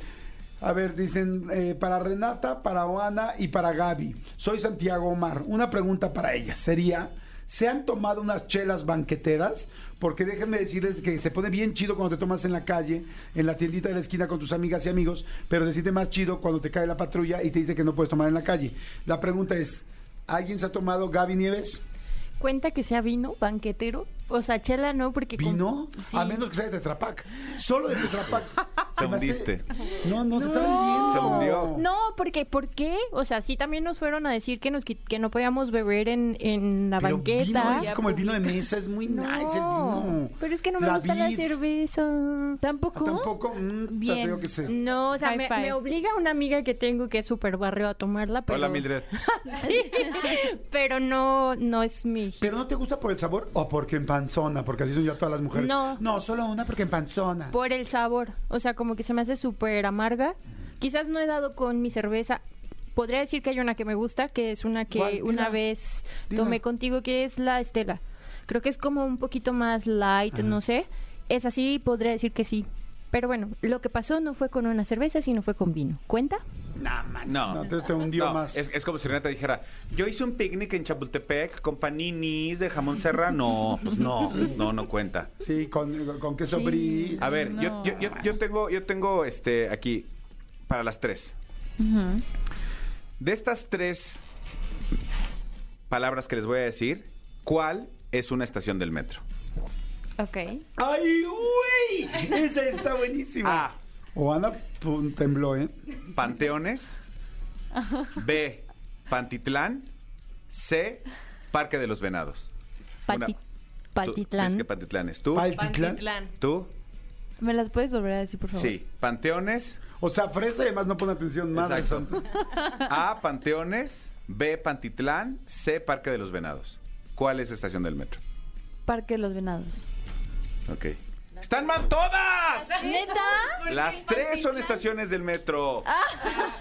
Speaker 2: A ver, dicen eh, para Renata, para Oana y para Gaby. Soy Santiago Omar. Una pregunta para ellas sería: ¿se han tomado unas chelas banqueteras? Porque déjenme decirles que se pone bien chido cuando te tomas en la calle, en la tiendita de la esquina con tus amigas y amigos, pero se siente más chido cuando te cae la patrulla y te dice que no puedes tomar en la calle. La pregunta es: ¿alguien se ha tomado Gaby Nieves?
Speaker 6: <laughs> Cuenta que sea vino, banquetero. O sea, chela no, porque. con-
Speaker 2: ¿Vino?
Speaker 6: Sí.
Speaker 2: A menos que sea de Tetrapac. Solo de Tetrapac.
Speaker 3: <laughs> Te
Speaker 2: Se me hace-
Speaker 3: hundiste.
Speaker 2: No, no, se está
Speaker 6: No.
Speaker 2: vendiendo.
Speaker 3: Se hundió.
Speaker 6: No, porque ¿por qué? O sea, sí también nos fueron a decir que nos qui- que no podíamos beber en, en la
Speaker 2: Pero
Speaker 6: banqueta.
Speaker 2: Vino es como el vino de mesa, es muy nice el vino.
Speaker 6: pero es que no me gusta la
Speaker 2: vid. ah,
Speaker 6: cerveza.
Speaker 5: Tampoco.
Speaker 2: Tampoco, mm, o sea, te digo
Speaker 5: Bien.
Speaker 2: que sé.
Speaker 6: No, o sea,
Speaker 5: High
Speaker 6: me,
Speaker 5: five.
Speaker 6: me obliga una amiga que tengo que es súper barrio a tomarla, pero...
Speaker 4: Hola, Mildred.
Speaker 6: Sí, pero no, no es mi... hit.
Speaker 2: Pero no te gusta por el sabor o porque empanzona, porque así son ya todas las mujeres.
Speaker 6: No.
Speaker 2: No, solo una porque empanzona.
Speaker 6: Por el sabor, o sea, como que se me hace súper amarga. Quizás no he dado con mi cerveza. Podría decir que hay una que me gusta, que es una que
Speaker 2: ¿Cuál?
Speaker 6: una
Speaker 2: Dila,
Speaker 6: vez
Speaker 2: dila.
Speaker 6: tomé contigo, que es la Estela. Creo que es como un poquito más light, no sé. Es así, podría decir que sí. Pero bueno, lo que pasó no fue con una cerveza, sino fue con vino. ¿Cuenta?
Speaker 2: No, te, te hundió
Speaker 3: No,
Speaker 2: más.
Speaker 3: Es, es como si Renata dijera, yo hice un picnic en Chapultepec con paninis de jamón serrano. Pues no, no, no cuenta.
Speaker 2: Sí, con, con queso
Speaker 6: Sí.
Speaker 2: brie.
Speaker 3: A ver, yo,
Speaker 6: No.
Speaker 3: yo- yo- yo tengo, yo tengo este aquí para las tres. De estas tres palabras que les voy a decir, ¿cuál es una estación del metro?
Speaker 6: Ok.
Speaker 2: ¡Ay, güey! Esa está buenísima.
Speaker 3: A.
Speaker 2: O Ana pum, tembló, ¿eh?
Speaker 3: Panteones. B. Pantitlán. C. Parque de los Venados. Una-
Speaker 8: Pati-
Speaker 3: tú-
Speaker 8: Patitlán.
Speaker 3: Es que Pantitlán es tú.
Speaker 2: Paltitlán.
Speaker 3: ¿Tú?
Speaker 5: ¿Me las puedes volver a decir, por favor?
Speaker 3: Sí. Panteones.
Speaker 2: O sea, fresa y además no pone atención nada.
Speaker 3: Exacto. A. Panteones. B. Pantitlán. C. Parque de los Venados. ¿Cuál es estación del metro?
Speaker 5: Parque de los Venados.
Speaker 3: Ok. ¡Están mal todas!
Speaker 5: ¿Neta?
Speaker 3: Las tres son estaciones del metro.
Speaker 8: <laughs>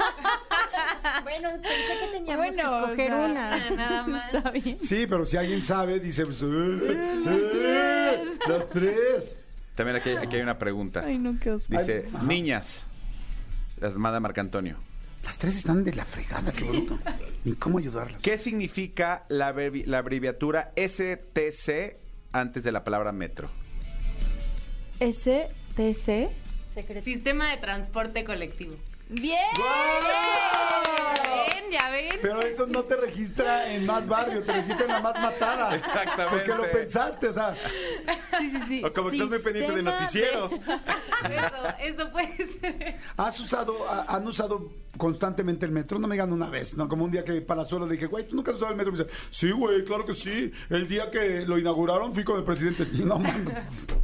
Speaker 8: Bueno, pensé que teníamos
Speaker 6: Bueno,
Speaker 8: que
Speaker 6: o
Speaker 8: escoger
Speaker 6: sea,
Speaker 8: una. Nada más.
Speaker 5: <laughs> Está bien.
Speaker 2: Sí, pero si alguien sabe, dice... pues, ¡eh! ¡eh! ¡Las tres!
Speaker 3: También aquí, aquí hay una pregunta.
Speaker 5: Ay, no, qué oso.
Speaker 3: Dice,
Speaker 2: Ay, ajá.
Speaker 3: niñas. Las manda Marcantonio.
Speaker 2: Las tres están de la fregada, qué bruto. Ni cómo ayudarlas.
Speaker 3: ¿Qué significa la, abrevi- la abreviatura STC antes de la palabra metro?
Speaker 5: STC.
Speaker 7: Sistema de transporte colectivo.
Speaker 5: ¡Bien!
Speaker 7: Ven, ya ven.
Speaker 2: Pero eso no te registra en más barrio, te registra en la más matada.
Speaker 3: Exactamente.
Speaker 2: Porque lo pensaste, o sea,
Speaker 5: Sí, sí, sí.
Speaker 3: <laughs> O Ah, como que estás muy pendiente de
Speaker 5: Sistema <laughs>
Speaker 3: noticieros.
Speaker 7: <laughs> Eso, eso puede ser.
Speaker 2: has usado, ha- han usado constantemente el metro, no me digan una vez, ¿no? Como un día que para suelo dije, güey, ¿tú nunca has usado el metro? Me dice, sí, güey, claro que sí. El día que lo inauguraron fui con el presidente. <laughs> No, mames.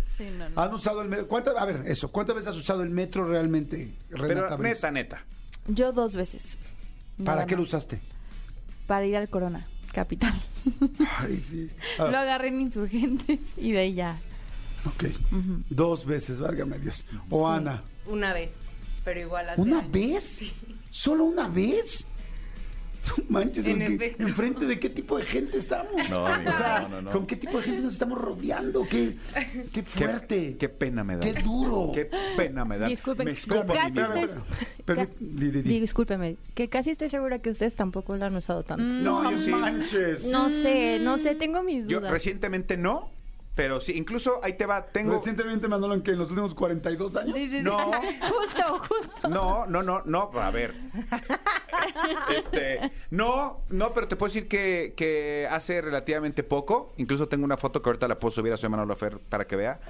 Speaker 5: Sí, no, no.
Speaker 2: Han usado el metro. ¿Cuántas, a ver, eso, ¿cuántas veces has usado el metro realmente, Renata
Speaker 3: Pero
Speaker 2: Briz?
Speaker 3: neta, neta.
Speaker 5: Yo dos veces.
Speaker 2: ¿Para
Speaker 5: Nada
Speaker 2: qué lo
Speaker 5: más.
Speaker 2: usaste?
Speaker 5: Para ir al Corona,
Speaker 2: <laughs>
Speaker 5: capital.
Speaker 2: Ay, sí.
Speaker 5: Lo agarré en Insurgentes y de ahí ya.
Speaker 2: Ah, Ok. Dos veces, válgame Dios. O Ana.
Speaker 7: Una vez, pero igual hace
Speaker 2: ¿Una
Speaker 7: años.
Speaker 2: vez? ¿Solo una vez? <laughs> No manches,
Speaker 7: En
Speaker 2: ¿en qué-
Speaker 7: efecto.
Speaker 2: ¿enfrente de qué tipo de gente estamos?
Speaker 3: No, amigo,
Speaker 2: o sea,
Speaker 3: Este, no, no, no.
Speaker 2: ¿con qué tipo de gente nos estamos rodeando? ¿Qué, qué fuerte?
Speaker 3: Qué, qué pena me da.
Speaker 2: Qué duro.
Speaker 3: Qué pena me da.
Speaker 6: Disculpen,
Speaker 3: Me escupo a mí
Speaker 6: casi
Speaker 3: mismo.
Speaker 6: estoy-
Speaker 2: Permí- di, di, di.
Speaker 6: Discúlpeme, que casi estoy segura que ustedes tampoco lo han usado tanto.
Speaker 8: Mm.
Speaker 2: No,
Speaker 3: yo sí.
Speaker 2: manches.
Speaker 6: No sé, no sé, tengo mis
Speaker 3: Yo
Speaker 6: dudas.
Speaker 3: recientemente no, pero sí. Incluso ahí te va, tengo...
Speaker 2: Recientemente, Manolo, en que en los últimos 42 años.
Speaker 3: No,
Speaker 6: <laughs> Justo, justo.
Speaker 3: no, no, no, no, a ver. Este, no, no, pero te puedo decir que, que hace relativamente poco, incluso tengo una foto que ahorita la puedo subir a su Manolo Fer para que vea.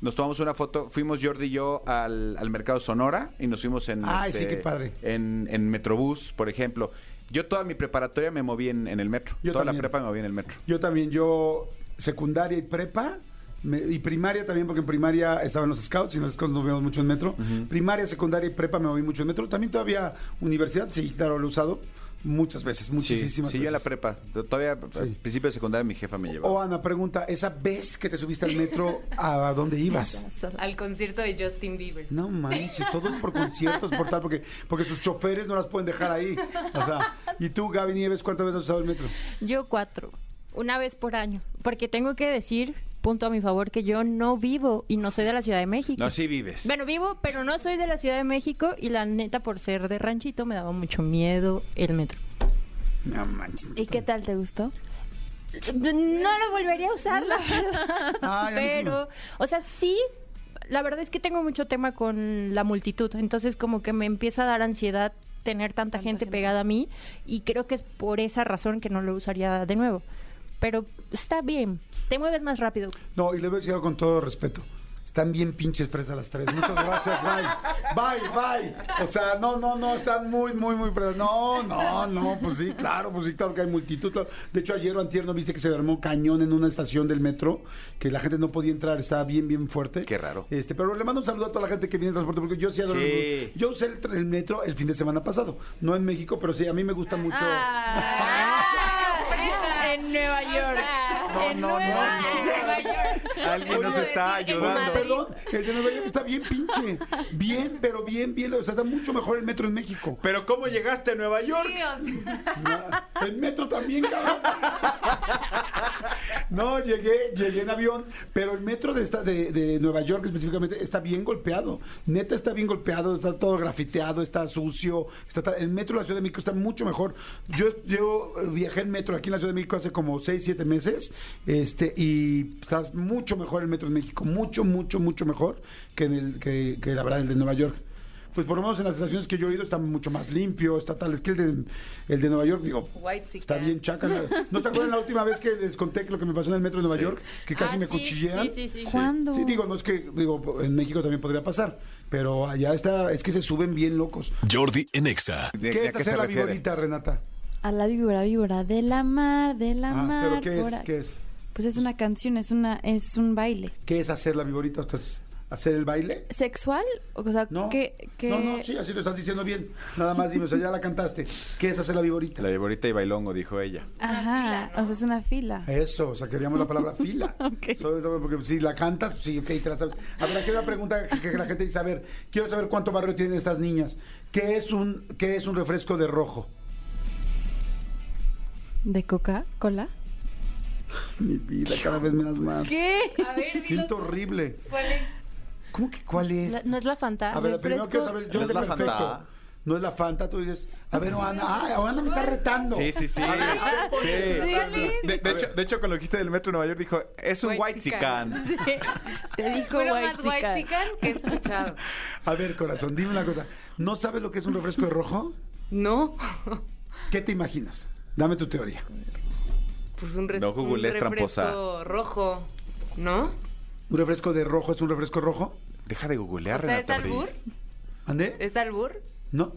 Speaker 3: Nos tomamos una foto, fuimos Jordi y yo al, al mercado Sonora y nos fuimos en este,
Speaker 2: Ay, sí, qué padre.
Speaker 3: en, en Metrobús, por ejemplo. Yo toda mi preparatoria me moví en, en el metro.
Speaker 2: Yo
Speaker 3: toda la
Speaker 2: también.
Speaker 3: prepa me moví en el metro.
Speaker 2: Yo también, yo secundaria y prepa. me- y primaria también, porque en primaria estaban los scouts y en los scouts nos vemos mucho en metro. Primaria, secundaria y prepa me moví mucho en metro. También todavía universidad, sí, claro, lo he usado muchas veces, muchísimas
Speaker 3: sí, sí, yo
Speaker 2: veces.
Speaker 3: en la prepa. Yo Todavía al
Speaker 2: Sí.
Speaker 3: principio de secundaria mi jefa me llevaba.
Speaker 2: O Ana, pregunta, ¿esa vez que te subiste al metro, a dónde ibas?
Speaker 7: Al concierto de Justin Bieber.
Speaker 2: No manches, todos por conciertos, por tal, porque, porque sus choferes no las pueden dejar ahí. O sea, ¿y tú, Gaby Nieves, cuántas veces has usado el metro?
Speaker 6: Yo cuatro, una vez por año. Porque tengo que decir, punto a mi favor, que yo no vivo y no soy de la Ciudad de México.
Speaker 3: No, sí vives.
Speaker 6: Bueno, vivo, pero no soy de la Ciudad de México y la neta, por ser de ranchito, me daba mucho miedo el metro.
Speaker 2: No manches.
Speaker 5: ¿Y qué tal te gustó?
Speaker 6: No lo volvería a usar, la verdad.
Speaker 2: Ay, a mí sí
Speaker 6: Pero, o sea, sí, la verdad es que tengo mucho tema con la multitud. Entonces, como que me empieza a dar ansiedad tener tanta, gente, pegada a mí. Y creo que es por esa razón que no lo usaría de nuevo. Pero está bien. Te mueves más rápido.
Speaker 2: No, y le voy a decir algo con todo respeto. Están bien pinches fresas las tres. Muchas gracias, bye. Bye, bye. O sea, no, no, no, están muy, muy, muy fresas. No, no, no, pues sí, claro, pues sí, claro que hay multitud. claro. De hecho, ayer o antier no viste que se armó cañón en una estación del metro, que la gente no podía entrar, estaba bien, bien fuerte.
Speaker 3: Qué raro.
Speaker 2: Este, pero le mando un saludo a toda la gente que viene en transporte, porque yo sí adoro el
Speaker 3: Sí.
Speaker 2: metro. Yo usé el, tren- el metro el fin de semana pasado. No en México, pero sí, a mí me gusta mucho.
Speaker 7: Ah, fresa.
Speaker 5: en Nueva York. en
Speaker 3: no, no,
Speaker 5: Nueva,
Speaker 3: no.
Speaker 5: Nueva York.
Speaker 3: Alguien nos está ayudando.
Speaker 2: Perdón, el de Nueva York está bien pinche. Bien, pero bien, bien. O sea, está mucho mejor el metro en
Speaker 3: <laughs>
Speaker 2: México.
Speaker 3: Pero ¿cómo llegaste a Nueva York?
Speaker 2: El metro también, cabrón. <laughs> No, llegué, llegué en avión, pero el metro de, esta, de, de Nueva York específicamente está bien golpeado. Neta está bien golpeado, está todo grafiteado, está sucio. Está, ta- el metro de la Ciudad de México está mucho mejor. Yo, yo eh, viajé en metro aquí en la Ciudad de México hace como 6, 7 meses este y está mucho mejor el metro de México. Mucho, mucho, mucho mejor que, en el, que, que la verdad el de Nueva York. Pues por lo menos en las estaciones que yo he ido está mucho más limpio, está tal. Es que el de, el de Nueva York, digo,
Speaker 5: White Zika.
Speaker 2: está bien chaca. la- ¿No se acuerdan la última vez que les conté lo que me pasó en el metro de Nueva York? <laughs> Que casi
Speaker 6: Ah,
Speaker 2: me
Speaker 6: sí,
Speaker 2: cuchillean.
Speaker 6: Sí, sí, sí.
Speaker 5: ¿Cuándo?
Speaker 2: Sí, digo, no es que, digo, en México también podría pasar, pero allá está, es que se suben bien locos.
Speaker 1: Jordi en Exa.
Speaker 3: ¿De-
Speaker 2: ¿Qué
Speaker 3: de a
Speaker 2: es hacer la
Speaker 3: refiere?
Speaker 2: vigorita, Renata?
Speaker 5: A la víbora, víbora, de la mar, de la
Speaker 2: Ah,
Speaker 5: mar.
Speaker 2: pero ¿qué
Speaker 5: por
Speaker 2: es,
Speaker 5: ahí.
Speaker 2: qué es?
Speaker 5: Pues es una canción, es una, es un baile.
Speaker 2: ¿Qué es hacer la vigorita? Entonces, ¿Hacer el baile?
Speaker 5: ¿Sexual? O sea,
Speaker 2: No.
Speaker 5: que, que-
Speaker 2: No, no, sí, así lo estás diciendo bien. Nada más dime, o sea, ya la cantaste. ¿Qué es hacer la vigorita?
Speaker 3: La viborita y bailongo, dijo ella.
Speaker 5: Ajá, o sea, es una fila.
Speaker 2: Eso, o sea, queríamos la palabra
Speaker 6: <laughs>
Speaker 2: fila.
Speaker 5: Ok.
Speaker 2: Solo eso, porque si la cantas, sí, ok, te la sabes. A ver, aquí hay una pregunta que, que la gente dice, a ver, quiero saber cuánto barrio tienen estas niñas. ¿Qué es un, qué es un refresco de rojo? <laughs>
Speaker 5: ¿De Coca-Cola?
Speaker 2: Mi vida, cada vez me das más.
Speaker 5: ¿Qué?
Speaker 6: A ver, dilo.
Speaker 2: Siento horrible.
Speaker 6: ¿Cuál es?
Speaker 2: ¿Cómo que cuál es?
Speaker 6: La- ¿No es la Fanta?
Speaker 2: a ver, lo primero quiero saber, yo
Speaker 3: No es
Speaker 2: sé
Speaker 3: la
Speaker 2: perfecto.
Speaker 3: Fanta.
Speaker 2: No es la Fanta, tú dices, a ver, Oana, ay, Oana me está retando.
Speaker 3: Sí, sí, sí.
Speaker 2: A ver, a ver,
Speaker 3: Sí.
Speaker 2: ponle.
Speaker 3: De, de hecho, de hecho, con lo que dijiste del metro de Nueva York, dijo, es un
Speaker 9: White
Speaker 3: white chican.
Speaker 5: Sí. Te dijo
Speaker 9: Fue lo más
Speaker 5: White
Speaker 9: white que he escuchado.
Speaker 2: A ver, corazón, dime una cosa. ¿No sabes lo que es un refresco de rojo?
Speaker 7: No, <laughs>
Speaker 2: ¿Qué te imaginas? Dame tu teoría.
Speaker 7: pues un, res-
Speaker 3: No googlees
Speaker 7: un
Speaker 3: tramposa.
Speaker 7: refresco rojo, ¿no?
Speaker 2: ¿Un refresco de rojo es un refresco rojo?
Speaker 3: Deja de googlear,
Speaker 7: O sea, ¿es
Speaker 3: Renata
Speaker 7: albur?
Speaker 3: Ortiz.
Speaker 2: ¿Andé?
Speaker 7: ¿Es albur? <laughs>
Speaker 2: No.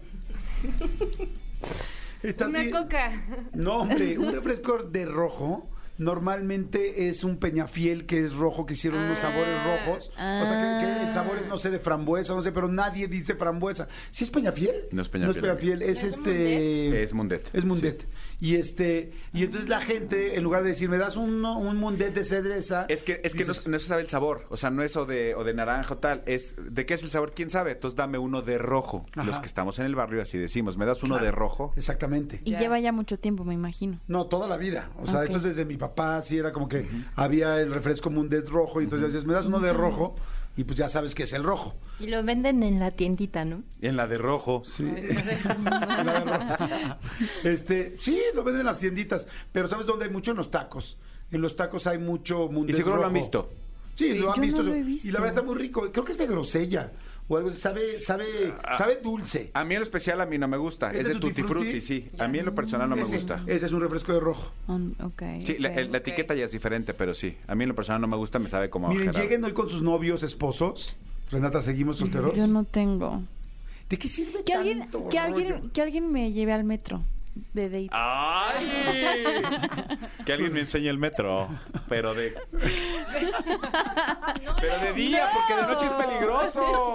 Speaker 2: Estás
Speaker 7: Una
Speaker 2: bien-
Speaker 7: coca. <laughs>
Speaker 2: No, hombre, un refresco de rojo normalmente es un peñafiel que es rojo, que hicieron
Speaker 7: Ah.
Speaker 2: unos sabores rojos. O sea, que, que el sabor es, no sé, de frambuesa, no sé, pero nadie dice frambuesa. ¿Sí es peñafiel?
Speaker 3: No es peñafiel.
Speaker 2: No es peñafiel, es este...
Speaker 3: Es mundet.
Speaker 2: Es mundet. Y este y entonces la gente, en lugar de decir, me das uno- un mundet de cereza...
Speaker 3: Es que, es que no,
Speaker 2: dices,
Speaker 3: no se sabe el sabor, o sea, no es o de, o de naranja o tal, es de qué es el sabor, quién sabe. Entonces dame uno de rojo.
Speaker 2: Ajá.
Speaker 3: Los que estamos en el barrio así decimos, ¿me das uno de rojo?
Speaker 2: Exactamente.
Speaker 5: Y lleva ya mucho tiempo, me imagino.
Speaker 2: No, toda la vida. O sea,
Speaker 5: Ok.
Speaker 2: esto es desde mi papá, sí era como que había el refresco Mundet rojo, y entonces decías, me das uno de rojo, y pues ya sabes que es el rojo.
Speaker 6: Y lo venden en la tiendita, ¿no?
Speaker 3: En la de rojo.
Speaker 2: <laughs> La verdad. este, sí, lo venden en las tienditas, pero ¿sabes dónde hay mucho? En los tacos. En los tacos hay mucho Mundet
Speaker 3: Y seguro lo
Speaker 2: rojo.
Speaker 3: han visto.
Speaker 2: Sí, lo han
Speaker 5: yo no
Speaker 2: visto.
Speaker 5: lo he visto.
Speaker 2: Y la verdad está muy rico. Creo que es de grosella o algo así. sabe sabe sabe dulce.
Speaker 3: Ah, A mí en lo especial a mí no me gusta,
Speaker 2: ¿Es
Speaker 3: es,
Speaker 2: de
Speaker 3: de
Speaker 2: Tutti
Speaker 3: tutti
Speaker 2: Frutti?
Speaker 3: frutti, sí. A mí en lo personal no me
Speaker 2: Ese-
Speaker 3: gusta.
Speaker 2: Ese es un refresco de rojo.
Speaker 5: Um, ok.
Speaker 3: Sí, la,
Speaker 5: ok.
Speaker 3: el- la etiqueta ya es diferente, pero sí. A mí en lo personal no me gusta, me sabe como a
Speaker 2: Miren,
Speaker 3: jarabe.
Speaker 2: lleguen hoy con sus novios, esposos. Renata, seguimos solteros.
Speaker 5: Yo no tengo.
Speaker 2: ¿De qué sirve
Speaker 5: Que alguien,
Speaker 2: tanto
Speaker 5: que
Speaker 2: rollo?
Speaker 5: alguien, que alguien me lleve al metro de date.
Speaker 3: Ah. ¡Ay! que alguien me enseñe el metro, pero de... pero de día, porque de noche es peligroso.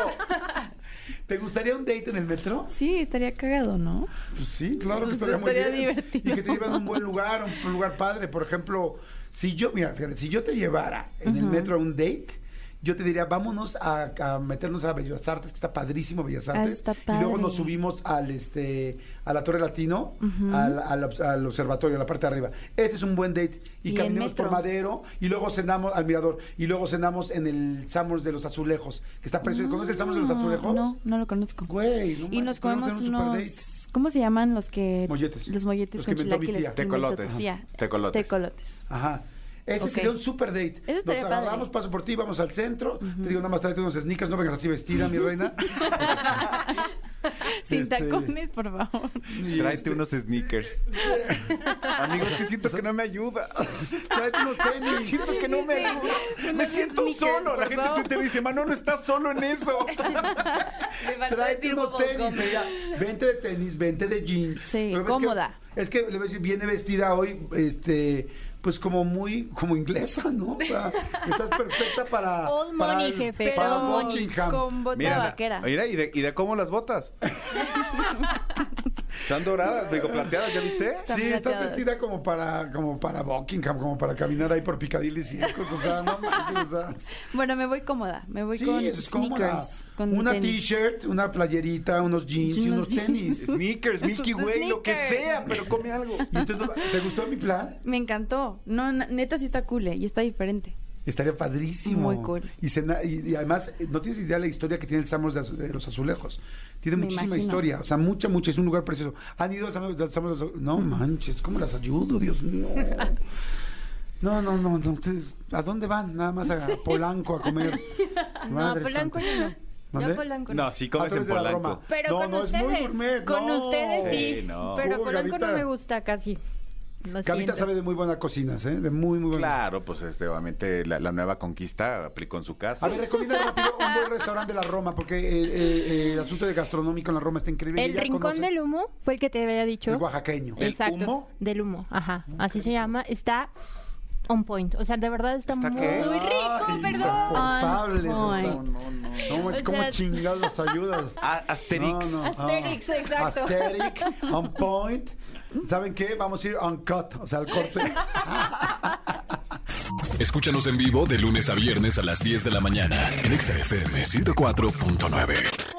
Speaker 2: ¿Te gustaría un date en el metro?
Speaker 5: Sí, estaría cagado, ¿no?
Speaker 2: Pues sí, claro que
Speaker 5: Pues
Speaker 2: estaría, muy
Speaker 5: estaría
Speaker 2: bien.
Speaker 5: divertido.
Speaker 2: Y que te llevan a un buen lugar, un lugar padre. Por ejemplo, si yo, mira, fíjate, si yo te llevara en el metro a un date, yo te diría, vámonos a, a meternos a Bellas Artes, que está padrísimo Bellas
Speaker 5: Ah,
Speaker 2: Artes.
Speaker 5: está
Speaker 2: Y luego
Speaker 5: padre.
Speaker 2: nos subimos al este a la Torre Latino, al, al obs- al observatorio, a la parte de arriba. Este es un buen date. Y,
Speaker 5: Y en
Speaker 2: caminamos por
Speaker 5: metro.
Speaker 2: Madero, y luego cenamos al Mirador, y luego cenamos en el Summers de los Azulejos, que está precioso. ¿Conoces el Summers de los
Speaker 5: No,
Speaker 2: Azulejos?
Speaker 5: No, no lo conozco.
Speaker 2: Güey, no
Speaker 5: y
Speaker 2: manches,
Speaker 5: nos
Speaker 2: podemos
Speaker 5: comemos
Speaker 2: tener un superdate.
Speaker 5: unos... ¿Cómo se llaman los que...
Speaker 2: Molletes.
Speaker 5: Los molletes
Speaker 2: Los que
Speaker 5: con
Speaker 2: inventó mi tía.
Speaker 5: chilaquiles. que inventó tu
Speaker 3: Tecolotes.
Speaker 5: tía.
Speaker 3: Tecolotes.
Speaker 2: <laughs>
Speaker 5: Tecolotes.
Speaker 2: Ajá. Ese
Speaker 5: Ok.
Speaker 2: sería un super date.
Speaker 5: Eso
Speaker 2: Nos
Speaker 5: estaría
Speaker 2: agarramos,
Speaker 5: padre.
Speaker 2: paso por ti, vamos al centro. Te digo, nada más tráete unos sneakers, no vengas así vestida, mi
Speaker 5: <laughs>
Speaker 2: reina.
Speaker 5: Sin
Speaker 2: Este-
Speaker 5: tacones, por favor.
Speaker 2: Y
Speaker 3: <laughs> Tráete
Speaker 2: este,
Speaker 3: unos sneakers. Amigos, que siento que no me ayuda.
Speaker 2: <laughs> Tráete unos tenis.
Speaker 3: <laughs> Siento que no me ayuda. Me siento solo. La gente en Twitter dice, Manolo, estás solo en eso.
Speaker 2: Tráete unos tenis. ella. Vente de tenis, vente de jeans.
Speaker 5: Sí,
Speaker 2: Pero ves
Speaker 5: cómoda.
Speaker 2: que- es que le voy a decir, viene vestida hoy, este, pues como muy, como inglesa, ¿no? O sea, estás perfecta para.
Speaker 6: Old
Speaker 2: para
Speaker 6: money,
Speaker 2: el-
Speaker 6: jefe,
Speaker 5: Pero
Speaker 2: Para
Speaker 6: old
Speaker 2: Buckingham.
Speaker 5: con bota
Speaker 3: Mira,
Speaker 5: vaquera.
Speaker 2: <laughs>
Speaker 3: mira, ¿y de, y de cómo las botas?
Speaker 4: Están doradas, digo, plateadas, ¿ya viste?
Speaker 5: Están
Speaker 2: Sí, estás
Speaker 5: plateadas.
Speaker 2: vestida como para, como para Buckingham, como para caminar ahí por Piccadilly Circus, o sea, no manches, o sea.
Speaker 5: Bueno, me voy cómoda. Me voy
Speaker 2: sí,
Speaker 5: con
Speaker 2: eso es como una,
Speaker 5: sneakers. con
Speaker 2: una
Speaker 5: tenis.
Speaker 2: t-shirt, una playerita, unos jeans y
Speaker 5: Unos
Speaker 2: unos
Speaker 5: jeans.
Speaker 2: tenis.
Speaker 4: Sneakers,
Speaker 5: <laughs>
Speaker 4: Milky Way, lo que sea, pero come algo.
Speaker 2: Y entonces, ¿te gustó mi plan?
Speaker 5: Me encantó. No, na- neta sí está cool eh, y está diferente.
Speaker 2: Estaría padrísimo.
Speaker 5: Muy cool.
Speaker 2: Y, cena- y- y además, eh, no tienes idea la historia que tiene el Samos de, Azu- de los Azulejos. Tiene
Speaker 5: Me
Speaker 2: muchísima
Speaker 5: imagino.
Speaker 2: historia, o sea, mucha, mucha. Es un lugar precioso. Han ido al Samos al Samos de los Azulejos. No manches, ¿cómo las ayudo? Dios
Speaker 6: <laughs>
Speaker 2: mío. No, no, no, no. ustedes, ¿A dónde van? Nada más a Polanco a comer.
Speaker 6: <laughs> No,
Speaker 2: Madre
Speaker 6: Polanco
Speaker 2: santa.
Speaker 6: ya no.
Speaker 2: ¿Mande?
Speaker 6: Ya Polanco
Speaker 3: No, sí
Speaker 2: A
Speaker 3: comes en
Speaker 2: través de la broma.
Speaker 3: Polanco.
Speaker 6: Pero
Speaker 2: no,
Speaker 6: con
Speaker 2: no,
Speaker 6: ustedes.
Speaker 2: es muy gourmet.
Speaker 6: con
Speaker 2: no.
Speaker 6: ustedes sí.
Speaker 3: Sí, no.
Speaker 6: Pero
Speaker 2: Uy,
Speaker 6: con
Speaker 2: Gavita.
Speaker 6: no me gusta casi. Lo
Speaker 2: Gavita
Speaker 6: siento.
Speaker 2: sabe de muy buena cocinas, ¿eh? De muy, muy buena
Speaker 3: Claro, pues este, obviamente la, la nueva conquista aplicó en su casa.
Speaker 2: A ver, recomienda rápido un buen restaurante de la Roma, porque eh, eh, eh, el asunto de gastronómico en la Roma está increíble.
Speaker 6: El
Speaker 2: Ella
Speaker 6: rincón
Speaker 2: conoce-
Speaker 6: del humo fue el que te había dicho.
Speaker 2: El oaxaqueño.
Speaker 4: ¿Del
Speaker 6: Exacto.
Speaker 4: humo?
Speaker 6: Del humo, ajá. Así se llama. Está on point. O sea, de verdad está,
Speaker 4: ¿Está
Speaker 6: muy
Speaker 4: qué?
Speaker 6: rico,
Speaker 2: Ay,
Speaker 6: perdón.
Speaker 2: Insoportables.
Speaker 5: Ay, ay.
Speaker 2: están. No, no, no.
Speaker 6: O
Speaker 2: ¿Cómo
Speaker 6: sea-
Speaker 2: chingados las
Speaker 6: <laughs>
Speaker 2: ayudas?
Speaker 3: A- Asterix.
Speaker 2: No, no,
Speaker 6: Asterix, exacto.
Speaker 2: Asterix, on point. ¿Saben qué? Vamos a ir on cut, o sea, al
Speaker 6: <laughs>
Speaker 2: corte.
Speaker 1: Escúchanos en vivo de lunes a viernes a las 10 de la mañana en Exa FM 104.9.